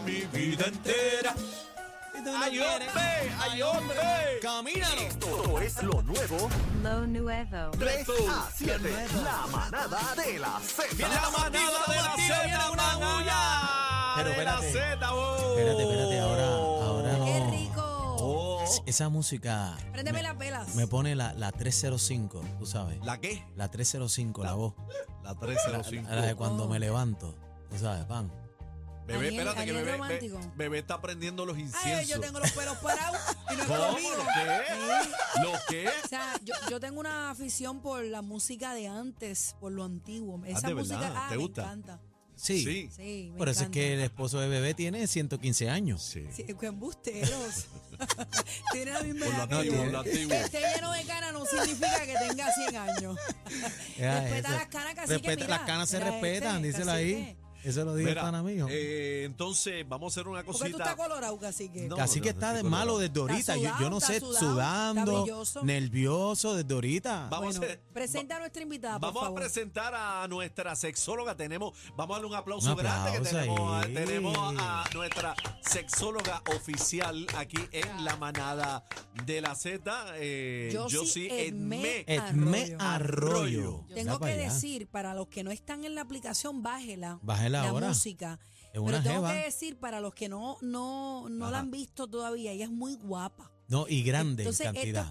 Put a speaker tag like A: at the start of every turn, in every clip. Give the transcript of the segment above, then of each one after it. A: vida entera.
B: ¡Ay,
A: eh.
B: hombre! ¡Ay, hombre! ¡Camínalo!
C: Esto es lo nuevo
D: Lo nuevo.
C: 3 a 7. La manada de la Z.
B: ¡Viene la manada de la Z! ¡Viene una bulla!
A: Pero
B: ¡De la
A: espérate.
B: Z! oh.
A: Espérate, espérate, ahora, ahora no.
E: Oh. ¡Qué rico!
B: Oh,
A: S- Esa música.
E: Préndeme
A: me-
E: las velas.
A: Me pone la, la 305, tú sabes. La,
B: ¿La qué?
A: 305, la, voz.
B: La
A: La de
B: 305.
A: cuando
E: Oh.
A: me levanto. Tú sabes, pan.
B: Bebé,
E: Ariel,
B: espérate, que
E: Ariel
B: bebé, be-
E: romántico.
B: bebé está prendiendo los inciensos.
E: Ay, yo tengo los pelos parados y no es
B: ¿Cómo?
E: conmigo.
B: ¿Lo qué? ¿Lo qué?
E: O sea, yo, yo tengo una afición por la música de antes, por lo antiguo. Esa
B: ¿de
E: música
B: verdad?
E: ah,
B: ¿Te
E: me
B: gusta?
E: encanta.
A: Sí.
B: Sí.
E: Sí, me
A: Por eso es
E: encanta.
A: que el esposo de bebé tiene 115 años.
B: Sí.
E: Sí, qué embusteros. Tiene la misma
B: Por lo
E: edad que
B: antiguo,
E: yo.
B: por lo antiguo.
E: Que esté lleno de cara no significa que tenga 100 años.
B: Pues
A: Ya,
E: Respeta
A: eso.
E: las canas, cacique,
A: Respeta-
E: mira,
A: Las canas se
E: mira
A: respetan,
E: este,
A: díselo ahí.
E: cacique.
A: Eso lo dijo el
B: Mira,
A: pana mío.
B: eh, entonces, vamos a hacer una
E: ¿Por qué tú estás
B: cosita.
E: colorado, cacique?
B: No.
A: Así que
B: no
A: está de
B: estoy
A: malo
B: colorado.
A: desde ahorita. Yo-
E: sudado,
A: yo, no
E: está
A: sé,
E: sudado, está
A: sudando,
E: brilloso.
A: nervioso desde ahorita.
B: Vamos a
E: Bueno,
B: hacer-
E: presenta a nuestra invitada, Ah, por
B: Vamos
E: favor.
B: a presentar a nuestra sexóloga. Tenemos, vamos a darle un aplauso,
A: Un
B: grande que
A: aplauso
B: tenemos, a,
A: ahí.
B: tenemos a nuestra sexóloga oficial aquí en la manada de la Z. Eh,
E: Yossi
B: Yossi
E: Edme.
B: Edme.
A: Edme
B: Arroyo.
A: Eh, Arroyo. Ya
E: Tengo
A: para
E: que
A: allá.
E: decir, para los que no están en la aplicación, bájela.
A: Bájela
E: la
A: ahora.
E: música.
A: Es una
E: Pero tengo
A: jeva.
E: que decir, para los que no, no, no
A: Ajá.
E: la han visto todavía, ella es muy guapa.
A: No, y grande en
E: Entonces, esto
A: cantidad.
E: es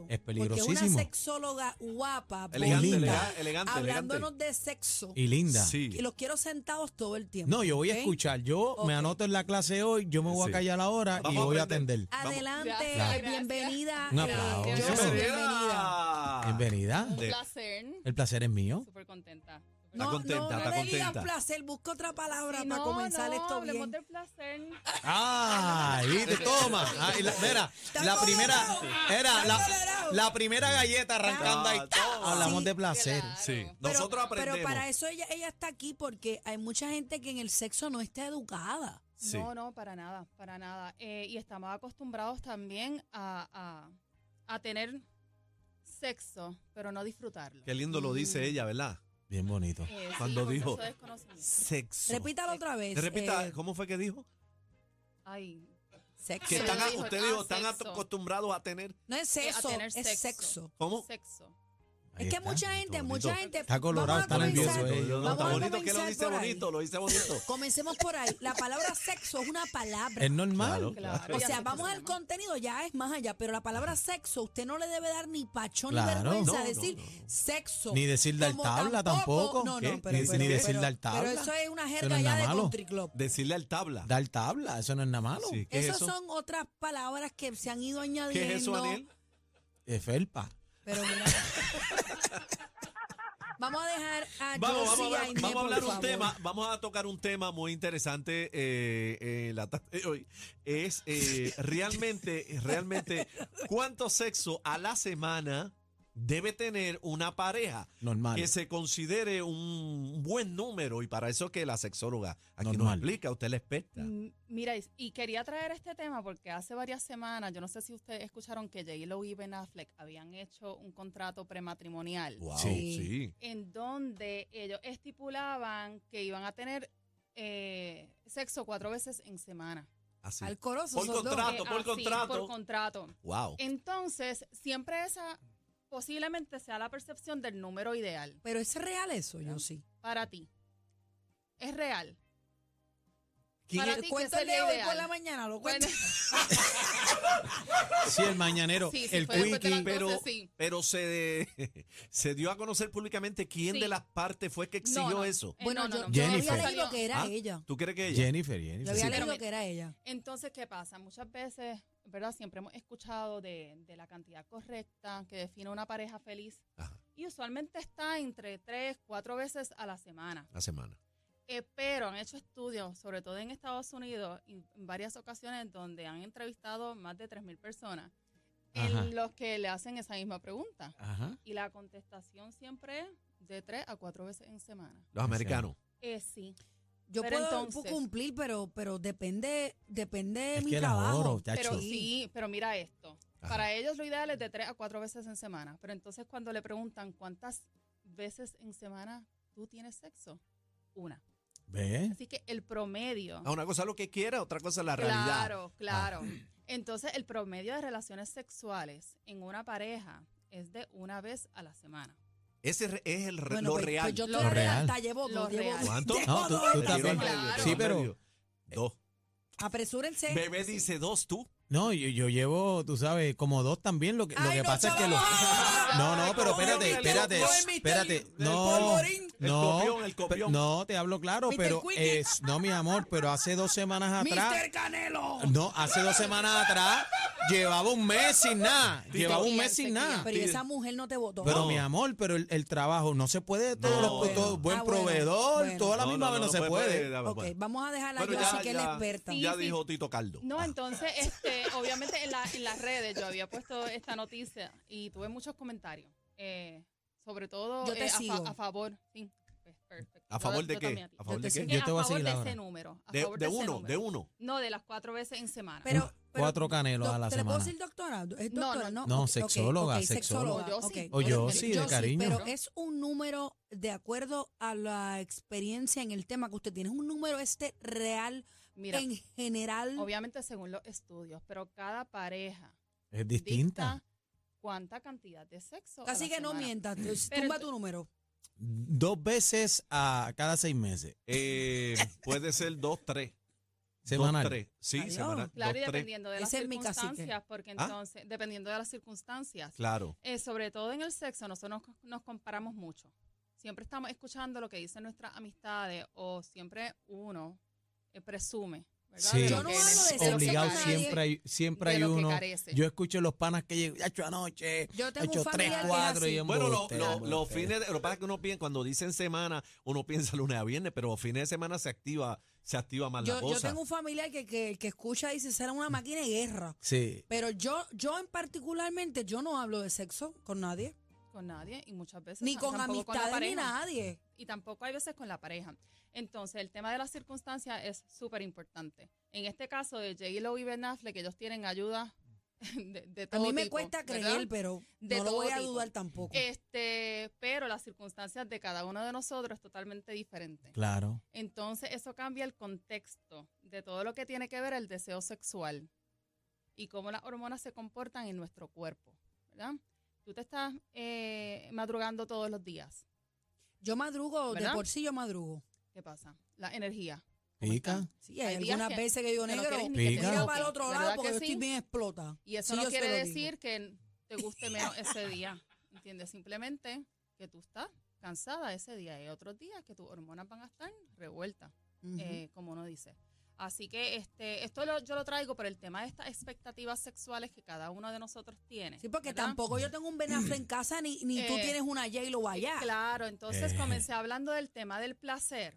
A: Es
E: Porque es
A: peligrosísimo.
E: una sexóloga guapa,
B: Elegante,
E: bonita,
B: elega- elegante,
E: hablándonos de sexo.
A: y linda.
B: Sí.
E: Y los quiero sentados todo el tiempo.
A: No, yo voy
E: ¿ok?
A: a escuchar. Yo me
E: Ok.
A: anoto en la clase hoy, yo me voy
B: Sí.
A: a callar ahora y
B: Vamos a
A: voy a
B: aprender.
A: atender.
E: Adelante,
F: Gracias,
E: eh,
F: gracias.
E: bienvenida.
A: Un
E: eh,
A: aplauso.
E: Yossi,
A: Bienvenida.
E: bienvenida.
A: Bienvenida.
F: Un
B: Ah, De-
F: placer.
A: El placer es mío.
F: Súper contenta. Súper
B: Está
E: No,
B: contenta,
E: no, no
B: está
E: le digas
B: contenta.
E: placer, busca otra palabra
F: Sí,
E: para
F: no,
E: comenzar
F: no,
E: esto
F: hablemos
E: bien.
F: del placer.
A: Ah, y te toma. Ah, y la- mira,
E: Está
A: la primera,
E: colorado.
A: era
E: Está
A: la,
E: colorado.
A: la primera galleta arrancando ahí.
B: Ah, toma.
A: Hablamos
E: Sí,
A: de placer.
F: claro.
B: Sí.
E: Pero-
B: Nosotros aprendemos.
E: Pero para eso ella, ella está aquí porque hay mucha gente que en el sexo no está educada.
B: Sí.
F: No, no, para nada, para nada. Eh, y estamos acostumbrados también a, a, a tener sexo, pero no disfrutarlo.
B: Qué lindo lo
E: Mm.
B: dice ella, ¿verdad?
A: Bien bonito.
F: Eh, sí,
B: Cuando
F: con
B: dijo-
F: sexo desconocido.
B: Sexo.
E: Repítalo otra vez.
B: Repita,
E: eh,
B: ¿cómo fue que dijo?
F: Ay,
E: sexo.
B: Que
F: Sí,
B: están, a-
F: dijo,
B: usted
F: ah,
B: dijo, están
F: sexo.
B: acostumbrados a tener.
E: No es
F: a
E: eso,
F: tener
E: es
F: sexo.
E: sexo.
B: ¿Cómo?
F: sexo.
A: Ahí
E: es que
A: está.
E: mucha gente,
B: bonito.
E: mucha gente.
A: Está colorado,
E: vamos a
A: está nervioso,
E: comenzar-
A: eh.
B: No, está
A: Vamos a
B: bonito que lo
E: comenzar
B: dice
E: por ahí.
B: bonito, lo dice bonito.
E: Comencemos por ahí. La palabra sexo es una palabra.
A: Es normal.
F: Claro,
E: O
F: ya
E: sea,
F: sé
E: vamos
F: que
E: al
F: se llama.
E: contenido, ya es más allá, pero la palabra sexo, usted no le debe dar ni pachón
A: Claro.
E: ni vergüenza
A: No,
E: decir
B: no, no.
E: sexo.
A: Ni decir dar
E: Como
A: tabla tampoco.
E: No,
A: ¿Qué?
E: no, pero,
A: Ni-
E: pero-
A: ni
E: pero-
A: decir dar tabla.
E: Pero eso es una
A: no
E: jerga
A: es
E: ya
A: nada
E: de
A: malo.
E: country club.
B: Decirle al tabla.
A: Dar tabla, eso no es nada malo.
B: Sí, ¿qué es
E: Esas
B: eso?
E: son otras palabras que se han ido añadiendo.
B: ¿Qué es eso, Aniel?
A: Es felpa.
E: Pero mira. vamos a dejar a
B: Vamos,
E: Josie
B: vamos, a, ver,
E: Aime,
B: vamos a
E: por
B: hablar un
E: favor.
B: tema, vamos a tocar un tema muy interesante eh, eh, la tarde de hoy. Es eh, realmente, realmente, ¿cuánto sexo a la semana debe tener una pareja
A: Normal.
B: que se considere un buen número? Y para eso es que la sexóloga aquí nos
A: Normal.
B: explica, usted la experta.
F: Mm, Mira, y- y quería traer este tema porque hace varias semanas, yo no sé si ustedes escucharon que J. Lo y Ben Affleck habían hecho un contrato prematrimonial.
B: Wow,
A: Sí.
B: sí.
F: en donde ellos estipulaban que iban a tener eh, sexo cuatro veces en semana.
B: Así.
E: Al corozo.
B: Por
E: esos dos.
B: contrato. por
F: así,
B: contrato.
F: por contrato.
B: Wow.
F: Entonces, siempre esa posiblemente sea la percepción del número ideal
E: Pero es real eso, yo sí.
F: para ti. Es real.
B: ¿Quién
F: Para
B: es-
F: ti, ¿qué
E: Cuento el de
F: sería
E: hoy
F: ideal?
E: por la mañana, lo cuento.
A: Sí, el mañanero,
F: Sí, sí,
A: el
F: fue después de
A: quickie.
F: las
B: pero,
F: Entonces, sí.
B: pero se, se dio a conocer públicamente quién
F: Sí.
B: de las partes fue que exigió
F: No, no,
B: eso.
F: eh,
E: Bueno,
F: no, no,
E: yo,
F: no,
E: yo
A: Jennifer.
E: había leído que era
B: Ah.
E: ella.
B: ¿Tú crees que ella?
A: Jennifer,
E: Yo
A: Jennifer.
E: había
A: Sí.
E: leído
F: pero mira.
E: que era ella.
F: Entonces, ¿qué pasa? Muchas veces, ¿verdad? Siempre hemos escuchado de, de la cantidad correcta que define una pareja feliz.
B: Ajá.
F: Y usualmente está entre tres, cuatro veces a la semana.
B: La semana.
F: Eh, pero han hecho estudios, sobre todo en Estados Unidos, y en varias ocasiones donde han entrevistado más de 3.000 personas,
A: Ajá.
F: en los que le hacen esa misma pregunta.
A: Ajá.
F: Y la contestación siempre es de tres a cuatro veces en semana.
B: Los americanos.
F: Eh, sí.
E: Yo
F: Pero
E: puedo
F: entonces-
E: cumplir, pero, pero depende, depende de
A: Es
E: mi
A: que la
E: trabajo.
A: adoro, chacho.
F: Pero
E: Sí.
F: sí, pero mira esto.
B: Ajá.
F: Para ellos lo ideal es de tres a cuatro veces en semana. Pero entonces cuando le preguntan cuántas veces en semana tú tienes sexo, una.
A: ¿Ve?
F: Así que el promedio.
B: A una cosa lo que quiera, otra cosa Ah, la realidad. Ah.
F: Claro, claro. Entonces, el promedio de relaciones sexuales en una pareja es de una vez a la semana.
B: Ese re- es el re-
E: Bueno,
B: lo
E: pues-
B: real.
E: pues yo
A: Lo
E: te
A: real.
E: real. llevo
F: Lo
E: dos, llevo
F: real.
E: dos.
B: ¿Cuánto?
E: Llevo
A: No, tú-
E: dos.
A: tú
B: Te dieron
A: también.
B: medio, te
A: Sí,
B: dieron
A: pero-
B: medio. Dos.
E: Apresúrense.
B: Bebé dice dos, tú.
A: No, yo, yo llevo, tú sabes, como dos también. Lo que, lo
E: Ay,
A: que
E: no,
A: pasa es que los.
E: chaval.
A: No, no, pero
E: Como
A: espérate,
E: el-
A: espérate.
E: como el Mr.
A: Espérate.
E: el
A: No.
E: polvorín.
B: El
A: No,
B: copión, el
A: pe-
B: copión.
A: no, te hablo claro,
E: Mr.
A: pero
E: Quickie.
A: es, no, mi amor, pero hace dos semanas atrás,
E: Mr. Canelo.
A: no, hace dos semanas atrás llevaba un mes sin nada, llevaba un mes sin nada.
E: Pero y esa mujer no te votó.
A: Pero
B: No.
A: mi amor, pero el, el trabajo no se puede, todos
B: No.
A: los- todo- buen
E: Ah, bueno,
A: proveedor,
E: bueno.
A: toda la
B: No,
A: misma
B: no,
A: vez no,
B: no
A: se
B: puede,
A: puede.
B: puede, dame,
E: ok,
A: pues.
B: puede.
E: vamos a dejarla
B: Bueno,
E: yo, así que es la experta.
F: Sí,
B: ya
F: sí.
B: dijo Tito Caldo.
F: No, entonces, este, obviamente en, la- en las redes yo había puesto esta noticia y tuve muchos comentarios. eh, sobre todo
E: Yo te
F: eh, a, fa-
E: sigo.
F: a favor. sí, pues, perfecto.
B: ¿A favor
F: Yo-
B: de
F: yo
B: qué?
F: también a ti.
B: ¿A favor de
E: Yo te
B: qué?
A: sigo. Yo
F: a
A: te voy a
F: favor
A: seguir
F: de
A: ahora.
F: ese número. A
B: De,
F: favor
B: de
F: ese
B: uno, de
F: número.
B: uno.
F: No, de las cuatro veces en semana.
E: Pero-
A: Uf,
E: pero-
A: cuatro canelos a la
E: Doc- ¿Te le puedo
A: semana.
E: decir doctora? ¿Es
F: No,
E: doctora?
F: no,
A: no.
E: No,
A: No,
E: Ok, ok,
A: sexóloga,
E: ok,
A: sexóloga.
F: O yo sí.
E: ok.
A: O yo sí, de
E: Yo
A: cariño.
E: Pero es un número de acuerdo a la experiencia en el tema que usted tiene. Es un número este real
F: Mira,
E: en general.
F: obviamente según los estudios, pero cada pareja
A: Es distinta.
F: dicta cuánta cantidad de sexo. a
E: Así
F: la
E: que no
F: semana.
E: mientas.
F: Pero
E: Tumba
F: ento-
E: tu número.
A: Dos veces a cada seis meses,
B: Eh, puede ser dos, tres. Dos,
A: semanal.
B: tres. Sí,
E: Adiós.
B: semanal.
F: Claro, y
B: dos, tres.
F: dependiendo de las
E: Ese es mi cacique.
F: circunstancias, porque
B: ¿Ah?
F: entonces, dependiendo de las circunstancias,
B: Claro.
F: eh, sobre todo en el sexo, nosotros nos, nos comparamos mucho. Siempre estamos escuchando lo que dicen nuestras amistades o siempre uno eh, presume. ¿verdad?
A: Sí,
F: De
E: Yo
F: lo
E: no
F: que
E: hablo de
F: necesita,
E: sexo
F: lo que
A: obligado
E: con
F: carece,
E: nadie,
A: siempre hay, siempre
F: de
A: hay
F: lo que
A: uno.
F: carece.
A: Yo escucho los panas que llegan, hecho anoche,
E: Yo tengo
A: hecho
E: un
A: tres,
E: familiar que es
A: cuatro
E: así.
A: y
B: Bueno, lo-
A: embuste,
B: lo-
A: embuste.
B: los fines de, lo que pasa es que uno piensa, cuando dicen semana, uno piensa lunes a viernes, pero los fines de semana se activa, se activa más la
E: Yo, yo
B: cosa.
E: tengo un familiar que, que, que escucha y dice, será una máquina de guerra.
A: Sí.
E: Pero yo, yo en particularmente, yo no hablo de sexo con nadie.
F: Con nadie y muchas veces
E: Ni
F: tam-
E: con
F: tampoco la
E: amistades ni
F: pareja.
E: nadie.
F: y tampoco hay veces con la pareja. Entonces, el tema de las circunstancias es súper importante. En este caso de J. Lo y Ben Affleck, ellos tienen ayuda de, de
E: A
F: todo
E: mí me
F: tipo,
E: cuesta
F: ¿verdad?
E: creer, pero
F: De
E: no lo
F: todo
E: voy a
F: tipo.
E: dudar tampoco.
F: Este, pero las circunstancias de cada uno de nosotros es totalmente diferente.
A: Claro.
F: Entonces, eso cambia el contexto de todo lo que tiene que ver el deseo sexual y cómo las hormonas se comportan en nuestro cuerpo, ¿verdad? Tú te estás eh, madrugando todos los días.
E: yo madrugo,
F: ¿Verdad?
E: de por sí yo madrugo.
F: ¿Qué pasa? La energía. ¿Cómo
A: Pica.
F: están?
E: Sí, hay,
F: Hay días
E: algunas
F: que-
E: veces que digo,
F: que no
E: negro,
F: quieres ni
A: que te
E: mira
A: toquen,
E: para el otro lado
F: ¿verdad
E: porque
F: que
E: yo
F: sí?
E: estoy bien explota.
F: Y eso
E: Sí,
F: no
E: yo se
F: quiere
E: lo digo.
F: decir que te guste menos ese día, ¿entiendes? Simplemente que tú estás cansada ese día y otros días que tus hormonas van a estar revueltas,
E: Ujú.
F: eh, como uno dice. Así que este, esto lo- yo lo traigo por el tema de estas expectativas sexuales que cada uno de nosotros tiene.
E: sí, porque
F: ¿verdad?
E: tampoco yo tengo un benafre en casa ni, ni tú
F: Eh,
E: tienes una J-Lo
F: Sí,
E: allá.
F: Claro, entonces
A: Eh.
F: comencé hablando del tema del placer.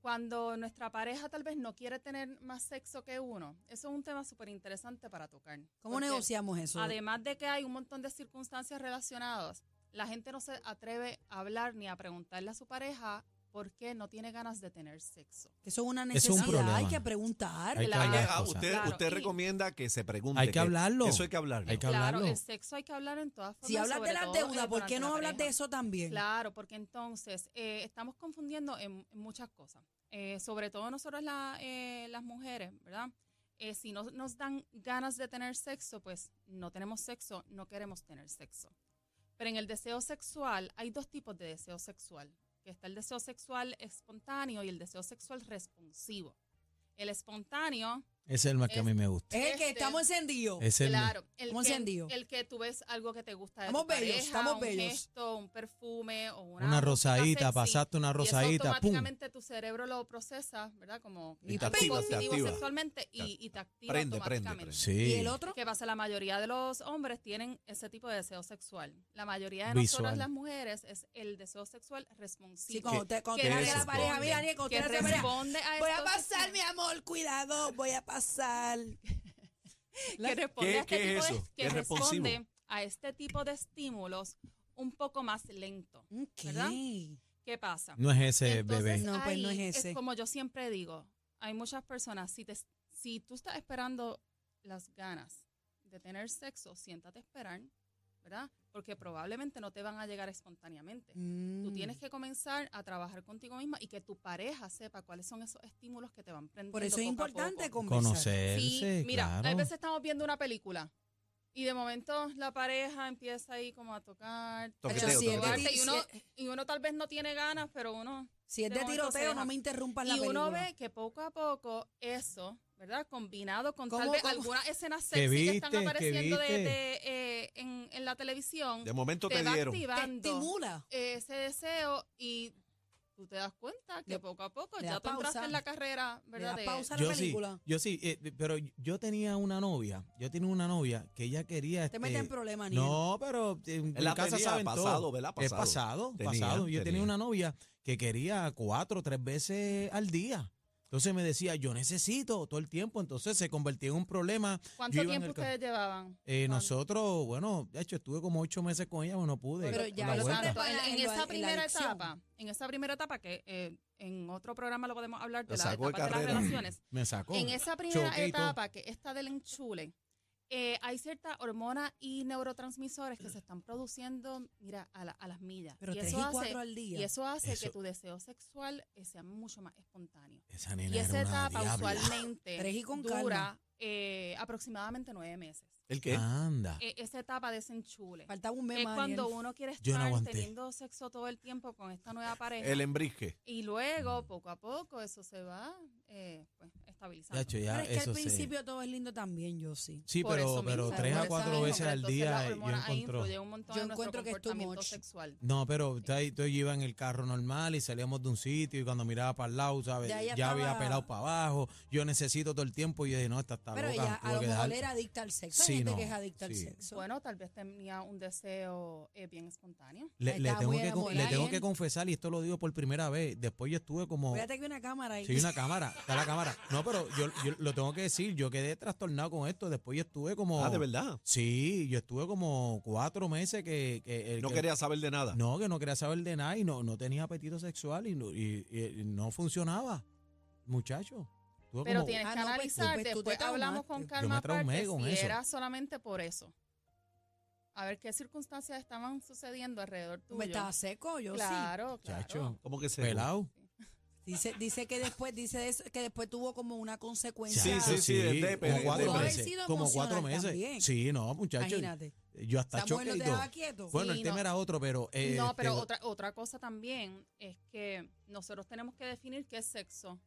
F: Cuando nuestra pareja tal vez no quiere tener más sexo que uno, eso es un tema súper interesante para tocar.
E: ¿Cómo
F: Porque-
E: negociamos eso?
F: Además de que hay un montón de circunstancias relacionadas, la gente no se atreve a hablar ni a preguntarle a su pareja por qué no tiene ganas de tener sexo.
E: que eso es una
A: es un
E: necesidad, hay
A: problema.
E: que preguntar.
A: Hay que
F: Claro.
B: Hay que-
A: hablar.
B: ah,
A: cosas.
B: usted
F: Claro,
B: usted
F: y-
B: recomienda que se pregunte.
A: Hay que hablarlo.
B: Eso hay que hablarlo.
A: Hay que
F: Claro,
A: hablarlo.
F: el sexo hay que hablar en todas formas.
E: Si hablas
F: sobre
E: de las
F: todo,
E: deudas,
F: eh,
E: ¿por qué
F: durante
E: no
F: la
E: hablas de
F: pareja.
E: eso también?
F: Claro, porque entonces eh, estamos confundiendo en, en muchas cosas. Eh, sobre todo nosotros la- eh, las mujeres, ¿verdad? Eh, si no nos dan ganas de tener sexo, pues no tenemos sexo, no queremos tener sexo. Pero en el deseo sexual hay dos tipos de deseo sexual, que está el deseo sexual espontáneo y el deseo sexual responsivo. El espontáneo
A: Ese es el más que a mí me gusta.
E: Es el que
F: Este-
E: estamos encendidos.
A: Es el
F: claro, el
E: ¿Cómo
F: que,
E: encendido?
F: el que tú ves algo que te gusta de
E: Estamos
F: tu
E: bellos,
F: pareja,
E: estamos
F: un
E: bellos.
F: gesto, un perfume o una
A: una
F: música
A: rosadita,
F: sexy,
A: pasaste una
F: y eso
A: rosadita, pum.
F: automáticamente tu cerebro lo procesa, ¿verdad? Como
B: Y te
F: algo
B: activa, te
F: positivo
B: activa.
F: sexualmente y, y te activa
B: Prende, prende,
F: automáticamente.
B: prende.
A: Sí.
E: ¿Y el otro?
F: ¿Qué pasa? La mayoría de los hombres tienen ese tipo de deseo sexual. La mayoría de
A: Visual.
F: nosotras las mujeres es el deseo sexual
E: Sí,
F: responsivo.
E: cuando te cuando
F: que
E: te hace la
B: responde,
E: pareja, mira, Daniel, cuando
F: que
E: te hace la pareja,
F: responde a
E: Voy a
F: estos-
E: pasar, mi amor, cuidado, voy a pasar.
F: que responde
B: ¿Qué-
F: a este
B: qué es
F: tipo de-
B: eso?
F: que
B: ¿Qué es responsivo?
F: responde a este tipo de estímulos un poco más lento.
E: Ok.
F: ¿Verdad? ¿Qué pasa?
A: No es ese
F: Entonces,
A: este bebé.
E: No, pues, no
F: ahí
E: es ese.
F: como yo siempre digo, hay muchas personas, si, te, si tú estás esperando las ganas de tener sexo, siéntate a esperar, ¿verdad? Porque probablemente no te van a llegar espontáneamente.
E: Mm.
F: Tú tienes que comenzar a trabajar contigo misma y que tu pareja sepa cuáles son esos estímulos que te van prendiendo.
E: Por eso es
F: poco a
E: importante
F: poco.
E: conversar.
A: Conocerse,
F: Sí, mira, a
A: claro.
F: veces estamos viendo una película y de momento la pareja empieza ahí como a tocar,
B: Toqueteo,
F: a
B: toqueteo.
F: llevarse, y,
E: Sí,
F: uno,
E: sí.
F: y uno tal vez no tiene ganas, pero uno...
E: Si es
F: de
E: de
F: momento se
E: tiroteo,
F: deja.
E: no me interrumpan
F: Y
E: la película.
F: uno ve que poco a poco eso, ¿verdad? Combinado con tal
E: ¿Cómo,
F: vez
E: cómo?
F: algunas escenas
A: Que
F: sexy que
A: viste,
F: están
A: que
F: apareciendo de,
A: viste.
F: de, eh, en, en la televisión,
B: De momento te,
F: te va
B: dieron.
E: Te
F: activando
E: estimula.
F: ese deseo y tú te das cuenta que
E: Le-
F: poco a poco
E: le
F: ya
E: das
F: tú entraste
E: pausa.
F: en la carrera, ¿verdad?
E: das
F: de-
E: pausa. la
A: Yo sí,
E: película.
A: yo sí, eh, de- pero yo tenía una novia, yo tenía una novia que ella quería...
E: Te
A: este,
E: meten problemas, niña.
A: No, pero en,
B: Él la
A: en casa
B: tenía
A: saben
B: pasado,
A: todo.
B: ¿verdad?
A: Es
B: Pasado.
A: pasado,
B: Tenía,
A: pasado. Yo
B: tenía.
A: tenía una novia que quería cuatro, tres veces al día. Entonces me decía, yo necesito todo el tiempo. Entonces se convertía en un problema.
F: ¿Cuánto
A: Yo iba en
F: tiempo
A: el ca-
F: ustedes llevaban?
A: Eh,
F: ¿Cuánto?
A: nosotros, bueno, de hecho estuve como ocho meses con ella, pero no pude.
E: Pero
A: con
E: ya
A: la
E: lo
A: vuelta.
E: sabes.
F: Exacto, en,
E: En
F: en
E: lo- en
F: esa
E: la
F: primera
E: adicción.
F: etapa, en esa primera etapa que eh, en otro programa lo podemos hablar de
B: Lo
F: la
B: sacó de
F: etapa de las
B: carrera.
F: relaciones.
A: Me sacó.
F: En esa primera
A: Choqué y todo.
F: etapa, que esta del enchule, eh, hay ciertas hormonas y neurotransmisores que se están produciendo, mira, a, la- a las millas.
E: Pero
F: y,
E: tres
F: eso
E: y
F: hace,
E: cuatro al día.
F: y eso hace que
A: Eso-
F: tu deseo sexual eh, sea mucho más espontáneo.
A: Esa
F: Y
A: nena
F: esa
A: era una
F: etapa
A: diabla.
E: Tres
F: usualmente
E: y con calma.
F: dura eh, aproximadamente nueve meses.
B: ¿El qué?
A: Ah. Anda.
F: Eh, esa etapa de ese enchule.
E: Faltaba un mes
F: Es
E: más,
F: cuando
E: Daniel.
F: uno quiere
A: Yo no
F: estar
A: aguanté. em
F: teniendo sexo todo el tiempo con esta nueva pareja.
B: El embrisque.
F: y luego, poco a poco, eso se va eh, pues, estabilizando.
A: De hecho, Mm. ya
E: Pero es que
A: eso
E: al
A: se-
E: principio todo es lindo también, yo sí.
A: Sí,
F: Por
A: pero,
F: eso
A: pero
F: mismo,
A: tres
F: por
A: a
F: eso
A: cuatro
F: mismo,
A: veces
F: pero
A: al
F: entonces
A: día eh,
F: las
A: yo
F: hormonas ahí
A: encontró.
F: influyen un montón
E: Yo
F: en nuestro
E: encuentro que es too
F: comportamiento
E: much.
F: sexual.
A: No, pero tú ahí- tú iba en el carro normal y salíamos de un sitio y cuando miraba para el lado, ¿sabes?
E: Ya
A: Ya,
E: ella
A: había
E: estaba-
A: pelado para abajo. Yo necesito todo el tiempo y yo dije, no, esta está
E: Pero
A: loca.
E: ella a
A: tuvo
E: lo
A: que
E: mejor
A: dejar.
E: era adicta al sexo. Hay
A: Sí,
E: gente
A: no,
E: que es adicta al
A: sí.
E: sexo.
F: Bueno, tal vez tenía un deseo eh, bien espontáneo.
A: Le, le
E: Estaba
A: tengo
E: muy
A: que, con- le
E: enamorada,
A: tengo
E: ¿eh?
A: que confesar, y esto lo digo por primera vez, después yo estuve como...
E: Fíjate que hay una cámara ahí.
A: Sí, una cámara, está la cámara. No, pero yo, yo lo tengo que decir, yo quedé trastornado con esto, después yo estuve como...
B: Ah, de verdad.
A: Sí, yo estuve como cuatro meses que... que-
B: No
A: que-
B: quería saber de nada.
A: No, que no quería saber de nada y no, no tenía apetito sexual y no, y- y- y no funcionaba, muchacho. Estuve
F: Pero
A: como-
F: tienes
E: Ah,
F: que
E: no, pues tú-
F: analizar,
E: pues tú te
F: después hablamos
E: traumaste.
F: con
E: Yo
F: calma
A: me traumé
F: aparte
A: con
F: si
A: eso.
F: era solamente por eso. A ver qué circunstancias estaban sucediendo alrededor tuyo.
E: Me estaba seco, yo sí.
F: claro, claro.
A: Chacho,
B: ¿Cómo que se?
A: pelado.
E: Dice, dice que después, dice de eso- que después tuvo como una consecuencia.
B: Sí, sí, sí, de- de-
A: como
B: de-
A: cuatro
B: de-
A: meses.
E: Haber sido
A: Como cuatro
E: emocional
A: meses.
E: también.
A: Sí, no, muchacho.
E: Imagínate.
A: Yo hasta
E: Samuel
A: choqué
E: no
A: y
E: te
A: todo.
E: daba quieto.
A: Bueno,
F: Sí,
A: el tema
F: no.
A: era otro, pero. eh,
F: No, pero
A: tengo-
F: otra, otra cosa también es que nosotros tenemos que definir qué es sexo.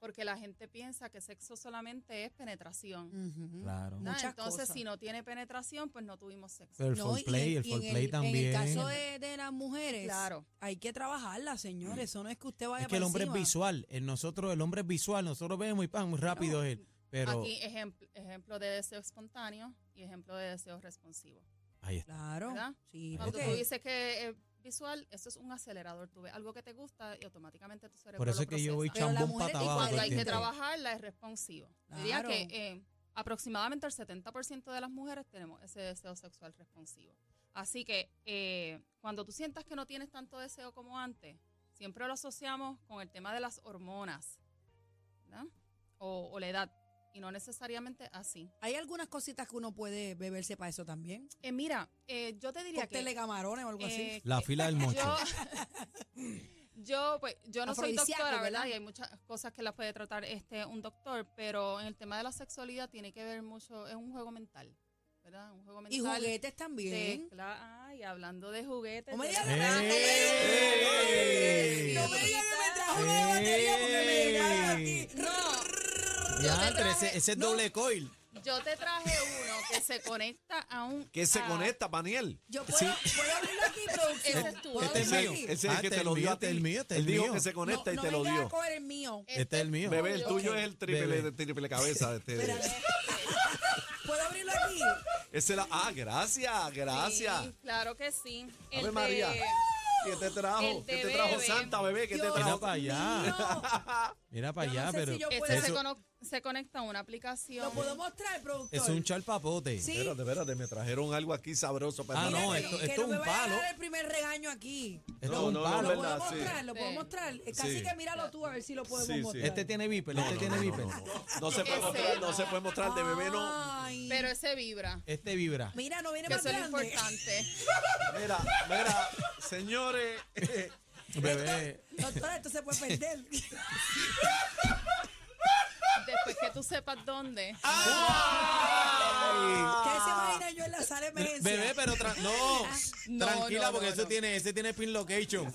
F: Porque la gente piensa que sexo solamente es penetración.
E: Ujú.
A: Claro.
E: No,
F: ¿verdad?
E: muchas
F: Entonces,
E: cosas.
F: si no tiene penetración, pues no tuvimos sexo.
A: Pero el
E: No, y
A: foreplay,
E: en-
A: el
E: y en
A: foreplay
E: en
A: también.
E: el caso de, de las mujeres,
F: Claro.
E: hay que trabajarla, señores. Eso no es que usted vaya
A: Mm. es que el
E: para
A: hombre es
E: encima.
A: visual. En nosotros, el hombre es visual. Nosotros vemos y pan, muy rápido
F: No,
A: es él. Pero.
F: Aquí ejempl- ejemplo de deseo espontáneo y ejemplo de deseo responsivo.
A: Ahí está.
E: Claro.
F: ¿Verdad?
E: Sí,
F: Cuando
E: porque-
F: tú dices que es visual, eso es un acelerador. Tú ves algo que te gusta y automáticamente tu cerebro
A: Por eso
F: lo
A: es que yo
F: procesa.
A: voy
E: Pero la
A: chambón
E: mujer-
A: pata
E: y
A: abajo.
F: Cuando
A: todo
F: hay
A: el
F: que
A: tiempo.
F: trabajarla es responsivo. Diría
E: Claro.
F: que eh, aproximadamente el 70% de las mujeres tenemos ese deseo sexual responsivo. Así que eh, cuando tú sientas que no tienes tanto deseo como antes, siempre lo asociamos con el tema de las hormonas ¿verdad? o, o la edad. Y no necesariamente así.
E: Hay algunas cositas que uno puede beberse para eso también.
F: Eh, mira, eh, yo te diría
E: Cóctel de
F: que...
E: camarones o algo
F: eh,
E: así.
A: La fila del mocho.
F: Yo, yo, pues, yo no soy
E: Afrodisíaco,
F: doctora, ¿verdad?
E: ¿verdad?
F: Y hay muchas cosas que las puede tratar este un doctor, pero en el tema de la sexualidad tiene que ver mucho, es un juego mental, ¿verdad? Un juego
E: Y
F: mental.
E: juguetes
F: de-
E: también.
F: cla- ay, hablando de juguetes.
E: No me
F: yo-
E: digas que
A: ¡Ey!
E: me trajo
A: Eh.
E: de- No me digas que me trajo una de batería porque me llegaron aquí.
F: No,
A: Ya,
F: te
A: entre
F: traje-
A: ese, ese es
F: no.
A: doble coil.
F: yo te traje uno que se conecta a un...
B: ¿Qué se
F: a-
B: conecta, Paniel?
E: Yo puedo, puedo abrirlo aquí,
F: Ese
E: producción.
F: es tu-
E: ¿Puedo
A: Este es mío.
E: abrirlo aquí?
B: Ese es
A: Ah,
B: el que
A: este
B: te
A: es
B: lo
A: mío,
B: dio a
A: este
B: ti.
A: es el mío, este es
B: Él dijo
A: mío.
B: que se conecta
E: no,
B: y
E: no
B: te lo
E: vengas
B: dio.
E: a coger el mío.
F: Eh,
A: Este es el mío.
B: Bebé, el
F: Yo-
B: tuyo es el triple,
A: Bebé.
B: de triple cabeza. Este,
E: Espérame. ¿Puedo abrirlo aquí?
B: ese era, ah, gracias, gracias.
F: Sí, claro que sí. El
B: Ave
F: de-
B: María. ¿Qué te trajo?
F: el
B: ¿Qué
F: de
B: te trajo
F: bebé.
B: Santa, bebé? ¿Qué te
E: Dios
A: Mira
B: trajo?
A: para allá.
E: mío.
A: Mira para
E: Yo no
A: allá,
E: sé
A: pero.
E: si yo
F: Este
E: puedo-
F: se
A: Eso-
F: cono- se conecta a una aplicación.
E: Lo puedo mostrar, productor.
A: Es un charpapote.
E: Sí.
B: Espérate, espérate, me trajeron algo aquí sabroso para eh,
A: Ah,
E: Mira,
B: hermano.
A: no,
E: que
A: esto-
E: que
A: esto es
E: me
A: un
E: vaya a
A: palo.
E: dar el primer regaño aquí.
A: Esto
B: No,
A: Este es un
B: no,
E: Lo
A: palo.
B: es
E: puedo
B: verdad, sí.
E: mostrar, lo puedo
F: Sí.
E: mostrar. Eh, Casi
B: Sí.
E: que míralo tú a ver si lo podemos
B: Sí, sí.
E: mostrar.
A: Este tiene viper, este tiene viper.
B: No se puede
F: Ese
B: mostrar, no
F: no.
B: se puede mostrar de bebé, no.
E: Ay.
F: Pero ese vibra,
A: Este vibra.
E: Mira, no viene
F: que
E: más
F: eso es lo
E: grande.
F: importante.
B: Mira, mira, señores.
A: Bebé.
E: Doctora, esto se puede perder.
F: Después que tú sepas dónde.
E: Ah, ¿Qué se imagina yo en la sala de emergencia?
A: Bebé, pero tra- no,
F: No,
A: tranquila,
F: no,
A: porque
F: no,
A: ese
F: no.
A: tiene, ese tiene pin location.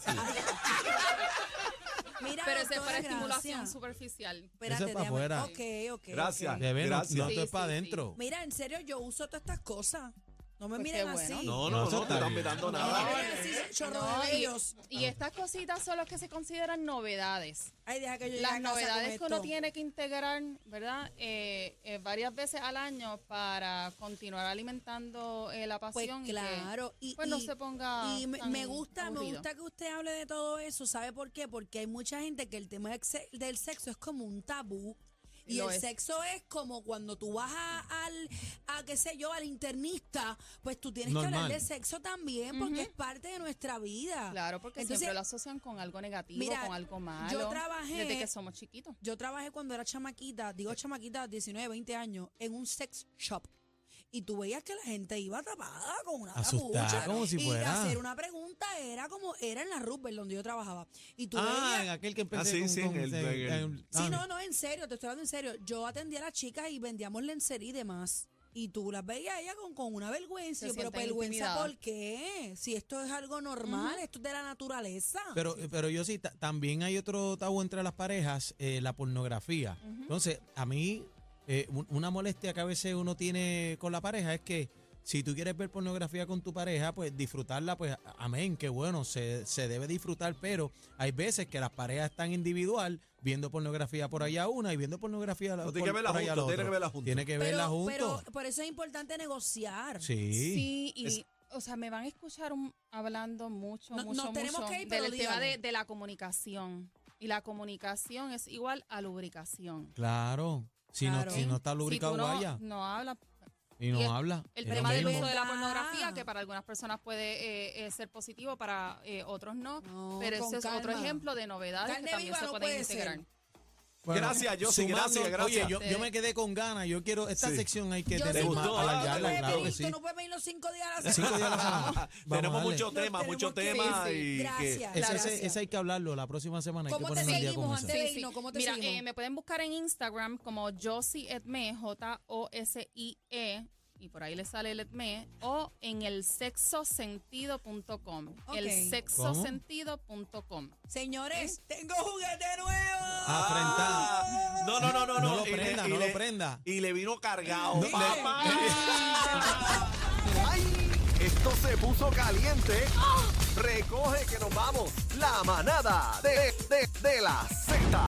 E: Mira,
F: pero ese es
E: doctora,
F: para estimulación
E: gracias.
F: superficial.
E: Espérate,
A: Eso es pa'
E: déjame-
A: afuera.
E: Ok, ok.
B: Gracias.
E: ok.
A: Bebé, no,
B: Gracias.
A: no,
F: Sí,
A: esto es
F: sí,
A: para
F: sí.
A: adentro.
E: Mira, en serio, yo uso todas estas cosas. No me
F: Pues qué
E: miren
F: bueno.
E: así.
B: No,
A: No,
B: no,
A: eso
B: no,
A: está
B: te están
A: bien.
B: vetando
E: No me
B: nada.
E: miren así, chorro
F: No,
E: de
F: y,
E: bellos.
F: y estas cositas son las que se consideran novedades.
E: Ay, deja que yo llegue a
F: Las
E: casa con
F: novedades que
E: esto.
F: uno tiene que integrar, ¿verdad? Eh, eh, varias veces al año para continuar alimentando eh, la
E: Pues
F: pasión. y que,
E: claro. Y,
F: pues no
E: y-
F: se ponga.
E: Y me,
F: tan
E: me gusta, me
F: aburrido.
E: gusta que usted hable de todo eso. ¿Sabe por qué? Porque hay mucha gente que el tema del se- del sexo es como un tabú. Y
F: Lo
E: el
F: es.
E: sexo es como cuando tú vas a, al, a qué sé yo, al internista, pues tú tienes que
A: Normal.
E: hablar de sexo también porque es parte de nuestra vida.
F: Claro, porque siempre lo asocian con algo negativo,
E: mira,
F: con algo
E: yo
F: malo.
E: trabajé-
F: Desde que somos chiquitos.
E: Yo trabajé cuando era chamaquita, digo chamaquita, 19, 20 años, en un sex shop. Y tú veías que la gente iba tapada con una
A: Asustada,
E: capucha.
A: como si
E: y
A: fuera.
E: hacer una pregunta era como, era en la Rupert donde yo trabajaba. Y tú
A: Ah, en
E: veías...
A: aquel que empecé
B: Ah, sí,
A: con,
B: sí,
A: con-
B: en el-
A: eh,
B: en el-
A: eh,
E: Sí,
A: ah,
E: no, no, en serio, te estoy hablando en serio. Yo atendía a las chicas y vendíamos lencería y demás. Y tú las veías a ellas con, con una vergüenza.
F: Se
E: Yo, pero
F: sienten
E: vergüenza,
F: intimidadas.
E: ¿por qué? Si esto es algo normal, esto es de la naturaleza.
A: Pero, pero yo sí, ta- también hay otro tabú entre las parejas, eh, la pornografía. Entonces, a mí, eh, un- una molestia que a veces uno tiene con la pareja es que si tú quieres ver pornografía con tu pareja, pues disfrutarla, pues a- amén, qué bueno, se, se debe disfrutar, pero hay veces que las parejas están individual viendo pornografía por allá una y viendo pornografía la-
B: No,
A: por,
B: tiene que verla
A: por allá la
B: juntos, tiene
A: otra.
B: que verla juntos.
A: Tiene que verla
E: Pero-
A: juntos.
E: pero por eso es importante negociar.
A: sí.
F: Sí, y, o sea, me van a escuchar un- hablando mucho,
E: No-
F: mucho,
E: nos tenemos
F: mucho
E: que ir, pero
F: del tema de,
E: dígalo.
F: de la comunicación. Y la comunicación es igual a lubricación.
A: Claro. Si,
E: Claro.
A: No, si no está
F: Si
A: lubricado,
F: tú no,
A: vaya.
F: No habla.
A: y no
F: y el-
A: habla.
F: El
A: es lo
F: tema del
A: mismo.
F: uso de la
E: ¿Verdad?
F: pornografía, que para algunas personas puede eh, eh, ser positivo, para eh, otros no.
E: No,
F: pero
E: con
F: ese es otro
E: calma.
F: ejemplo de novedades
E: Carne
F: que también
E: viva
F: se
E: no
F: pueden
E: puede
F: integrar.
E: ser.
B: Gracias, Yossi, gracias, gracias.
A: Oye, yo, yo me quedé con ganas. Yo quiero, esta
B: Sí.
A: sección hay que
E: Yo
A: tener
E: sí,
A: más,
B: gustó,
E: tú, no
A: alargarla,
E: puedes
A: claro que
E: venir, tú
A: sí.
E: no puedes venir los cinco días a la
A: Cinco días
E: semana.
A: a la semana. Vamos
B: Tenemos
A: a darle.
B: mucho
E: Los
B: tema,
E: tenemos
B: mucho
E: que-
B: tema.
F: Sí, sí.
B: y que-
A: Ese,
E: Gracias. gracias.
A: ese- ese hay que hablarlo la próxima semana. Hay que
E: ¿Cómo te
A: ponernos al día con
E: seguimos
A: eso.
E: antes de irnos? ¿Cómo te
F: Mira,
E: seguimos?
F: eh, me pueden buscar en Instagram como Josie Edme, J-O-S-I-E, E, y por ahí le sale el Edme, o en el sexosentido.com.
E: Ok.
F: El sexosentido.com.
A: ¿Eh?
E: Señores, tengo juguete nuevo.
A: Afrentar.
B: Ah. No, no, no, no,
A: Ah, No
B: no.
A: lo
B: Y le-
A: prenda,
B: y
A: no lo
B: le-
A: prenda.
B: Y le vino cargado.
A: No.
B: Papá.
C: ¡Ay! Esto se puso caliente. Recoge que nos vamos. La manada de, de, de la Z.